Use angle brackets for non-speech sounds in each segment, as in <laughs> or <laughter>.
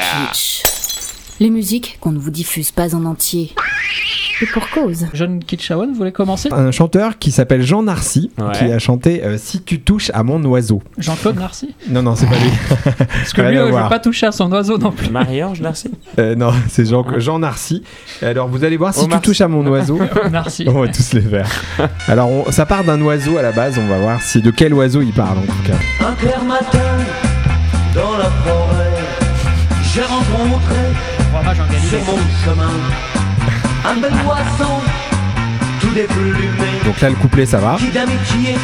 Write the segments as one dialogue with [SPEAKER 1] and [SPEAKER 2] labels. [SPEAKER 1] Outreach. Les musiques qu'on ne vous diffuse pas en entier. Et pour cause.
[SPEAKER 2] John Kitchawan, vous voulez commencer
[SPEAKER 3] Un chanteur qui s'appelle Jean Narcy,
[SPEAKER 4] Ouais.
[SPEAKER 3] qui a chanté euh, Si tu touches à mon oiseau.
[SPEAKER 2] Jean-Claude Narcy
[SPEAKER 3] Non, non, c'est pas lui.
[SPEAKER 2] <laughs> Parce que
[SPEAKER 3] Rien
[SPEAKER 2] lui,
[SPEAKER 3] à
[SPEAKER 2] euh, je
[SPEAKER 3] voir.
[SPEAKER 2] veux pas toucher à son oiseau non plus.
[SPEAKER 4] Marie-Ange Narcy
[SPEAKER 3] Euh, non, <laughs> c'est Jean, Jean Narcy. Alors, vous allez voir si
[SPEAKER 4] Omar
[SPEAKER 3] tu touches à mon oiseau.
[SPEAKER 2] <laughs> Narcy.
[SPEAKER 3] On va tous les faire. Alors, on- ça part d'un oiseau à la base. On va voir si de quel oiseau il parle en tout cas.
[SPEAKER 5] Un clair matin, dans la forêt, j'ai rencontré
[SPEAKER 2] Bravo, Ah, Jean Galilée.
[SPEAKER 5] sur mon chemin un bel oiseau tout déplumé
[SPEAKER 3] Donc là, le couplet, ça va.
[SPEAKER 5] qui d'amitié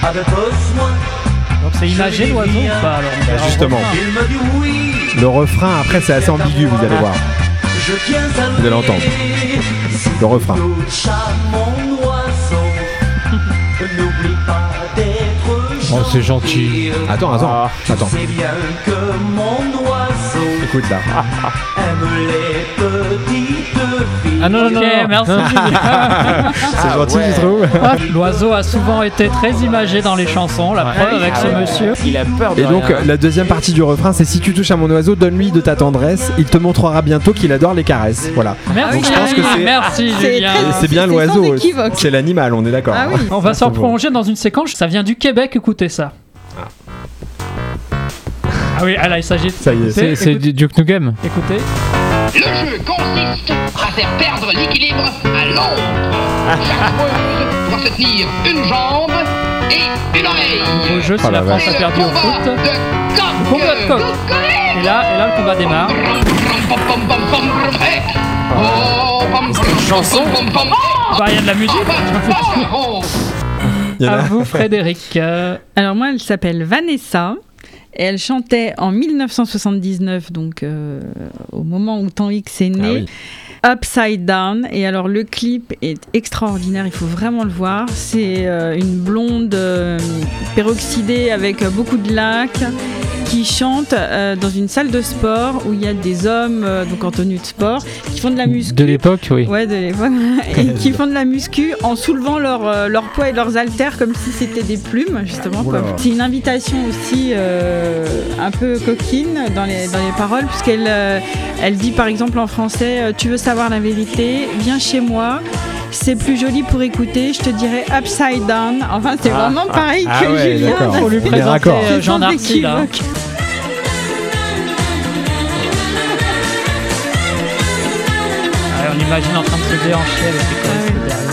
[SPEAKER 5] avait besoin.
[SPEAKER 2] Donc c'est imagé l'oiseau ou pas alors on verra en
[SPEAKER 3] justement.
[SPEAKER 2] refrain.
[SPEAKER 5] Il me dit oui,
[SPEAKER 3] Le refrain, après, c'est assez ambigu, vous allez voir.
[SPEAKER 5] je tiens à
[SPEAKER 3] Vous allez l'entendre. Le refrain.
[SPEAKER 5] Chat, mon
[SPEAKER 3] <laughs>
[SPEAKER 5] oiseau, n'oublie pas d'être
[SPEAKER 6] Oh, c'est gentil.
[SPEAKER 3] Attends,
[SPEAKER 2] Ah.
[SPEAKER 3] attends, attends.
[SPEAKER 5] C'est bien que mon oiseau
[SPEAKER 3] Écoute là.
[SPEAKER 2] Ah,
[SPEAKER 5] aime les petites filles.
[SPEAKER 2] Ah non, non, non,
[SPEAKER 6] Ok,
[SPEAKER 2] non, merci.
[SPEAKER 3] C'est
[SPEAKER 2] ah,
[SPEAKER 3] gentil, je trouve.
[SPEAKER 2] <laughs> L'oiseau a souvent été très imagé dans les chansons, la preuve avec ce monsieur.
[SPEAKER 4] Ah Il a peur de
[SPEAKER 3] Et donc,
[SPEAKER 4] rien.
[SPEAKER 3] euh, la deuxième partie du refrain, c'est Si tu touches à mon oiseau, donne-lui de ta tendresse. Il te montrera bientôt qu'il adore les caresses. Voilà.
[SPEAKER 2] Merci,
[SPEAKER 3] Donc, je pense que c'est-
[SPEAKER 2] merci
[SPEAKER 7] C'est
[SPEAKER 2] Julien.
[SPEAKER 3] Et
[SPEAKER 7] très-
[SPEAKER 3] c'est bien
[SPEAKER 7] c'est sans
[SPEAKER 3] l'oiseau.
[SPEAKER 7] équivoque.
[SPEAKER 3] C'est l'animal, on est d'accord.
[SPEAKER 7] Ah oui.
[SPEAKER 2] On va
[SPEAKER 3] Ça,
[SPEAKER 2] s'en
[SPEAKER 3] c'est bon.
[SPEAKER 2] prolonger dans une séquence, ça vient du Québec, écoutez ça. Ah oui, ah là, il s'agit de...
[SPEAKER 3] <laughs> Ça y est.
[SPEAKER 2] Écoutez,
[SPEAKER 6] C'est c'est
[SPEAKER 2] écoutez,
[SPEAKER 6] du Duke Nukem.
[SPEAKER 2] écoutez.
[SPEAKER 8] Le jeu consiste à faire perdre l'équilibre à l'autre. Chaque joueuse doit se tenir une jambe et une
[SPEAKER 2] Au
[SPEAKER 8] oreille.
[SPEAKER 2] jeu, si
[SPEAKER 3] Oh la
[SPEAKER 2] la France
[SPEAKER 3] vache.
[SPEAKER 2] a
[SPEAKER 8] C'est le
[SPEAKER 2] perdu au
[SPEAKER 8] combat
[SPEAKER 2] foot.
[SPEAKER 8] de coq.
[SPEAKER 2] Le combat de coq.
[SPEAKER 8] Vous connaissez
[SPEAKER 2] Et là, et là, le combat démarre.
[SPEAKER 8] Pom, pom, pom, pom, pom, pom, hey. Oh, pom, pom,
[SPEAKER 4] chanson.
[SPEAKER 8] pom, pom, pom.
[SPEAKER 2] Bah, il y a de la musique.
[SPEAKER 8] Oh, bah, oh, oh.
[SPEAKER 3] Il y en
[SPEAKER 2] À
[SPEAKER 3] a-
[SPEAKER 2] vous, Frédéric. Euh,
[SPEAKER 7] Alors moi, elle s'appelle Vanessa. Et elle chantait en 1979, donc euh, au moment où Temps X est né, Upside Down. Et alors le clip est extraordinaire, il faut vraiment le voir. C'est euh, une blonde euh, peroxydée avec euh, beaucoup de lac qui chante euh, dans une salle de sport où il y a des hommes euh, donc en tenue de sport qui font de la muscu.
[SPEAKER 6] De l'époque, oui.
[SPEAKER 7] Ouais,
[SPEAKER 3] <laughs>
[SPEAKER 7] de l'époque. Et qui font de la muscu en soulevant leur, euh, leur poids et leurs haltères comme si c'était des plumes, justement. quoi.
[SPEAKER 3] Oula.
[SPEAKER 7] C'est une invitation aussi euh, un peu coquine dans les, dans les paroles, puisqu'elle euh, elle dit par exemple en français euh, Tu veux savoir la vérité Viens chez moi. C'est plus joli pour écouter, je te dirais upside down. Enfin, c'est vraiment pareil
[SPEAKER 3] ah
[SPEAKER 7] que
[SPEAKER 3] ouais,
[SPEAKER 7] Julien.
[SPEAKER 3] d'accord.
[SPEAKER 7] parce
[SPEAKER 3] Faut lui
[SPEAKER 7] que
[SPEAKER 3] présenter,
[SPEAKER 2] euh,
[SPEAKER 7] c'est
[SPEAKER 2] Jean
[SPEAKER 7] sans
[SPEAKER 2] Darcy, là.
[SPEAKER 7] équivoque.
[SPEAKER 2] Ouais, on imagine en train de se déhancher avec les choristes derrière.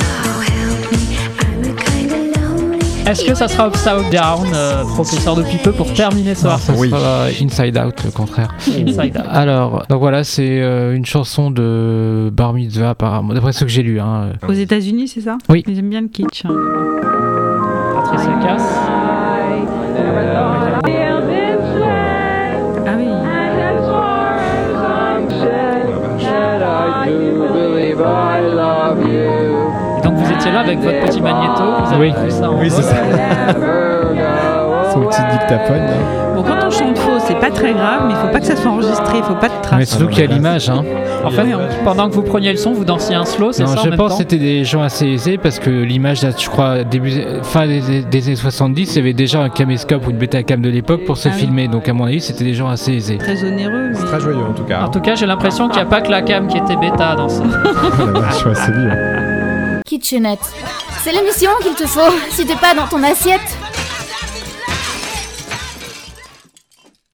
[SPEAKER 2] Est-ce que ça sera Upside Down, euh, professeur depuis peu, pour terminer ce
[SPEAKER 6] Non, ça
[SPEAKER 2] morceau
[SPEAKER 3] Oui.
[SPEAKER 6] sera Inside Out, le contraire.
[SPEAKER 2] Inside Out
[SPEAKER 6] Alors, donc voilà, c'est euh, une chanson de Bar Mitzvah, apparemment, d'après ce que j'ai lu. Hein.
[SPEAKER 7] Aux États-Unis, c'est ça
[SPEAKER 6] Oui.
[SPEAKER 7] J'aime bien le kitsch. hein.
[SPEAKER 2] Patrice Cass.
[SPEAKER 7] Ah oui.
[SPEAKER 2] Et donc vous étiez là avec votre petit magnéto, vous avez
[SPEAKER 6] Oui.
[SPEAKER 2] vu ça en
[SPEAKER 3] Oui, c'est
[SPEAKER 2] vol.
[SPEAKER 3] ça. Son petit dictaphone. hein. là.
[SPEAKER 7] Bon, quand on chante faux, c'est pas très grave, mais il faut pas que ça soit enregistré, il faut pas de
[SPEAKER 2] Ah,
[SPEAKER 6] Mais
[SPEAKER 7] traces.
[SPEAKER 6] surtout qu'il y a l'image. Hein.
[SPEAKER 2] En fait, pendant que vous preniez le son, vous dansiez un slow, c'est
[SPEAKER 6] Non,
[SPEAKER 2] ça en
[SPEAKER 6] je
[SPEAKER 2] même
[SPEAKER 6] pense que
[SPEAKER 2] temps
[SPEAKER 6] c'était des gens assez aisés parce que l'image, date, je crois, début, fin des, des années 70, il y avait déjà un caméscope ou une bêta-cam de l'époque pour se
[SPEAKER 7] Ah oui.
[SPEAKER 6] filmer. Donc, à mon avis, c'était des gens assez aisés.
[SPEAKER 7] Très onéreux, mais
[SPEAKER 3] C'est très joyeux en tout cas.
[SPEAKER 2] En tout cas, j'ai l'impression qu'il n'y a pas que la cam qui était bêta dans ça.
[SPEAKER 3] Ah, <laughs> la vache, ouais, c'est lui, hein.
[SPEAKER 1] Kitchenette. C'est l'émission qu'il te faut. Si t'es pas dans ton assiette,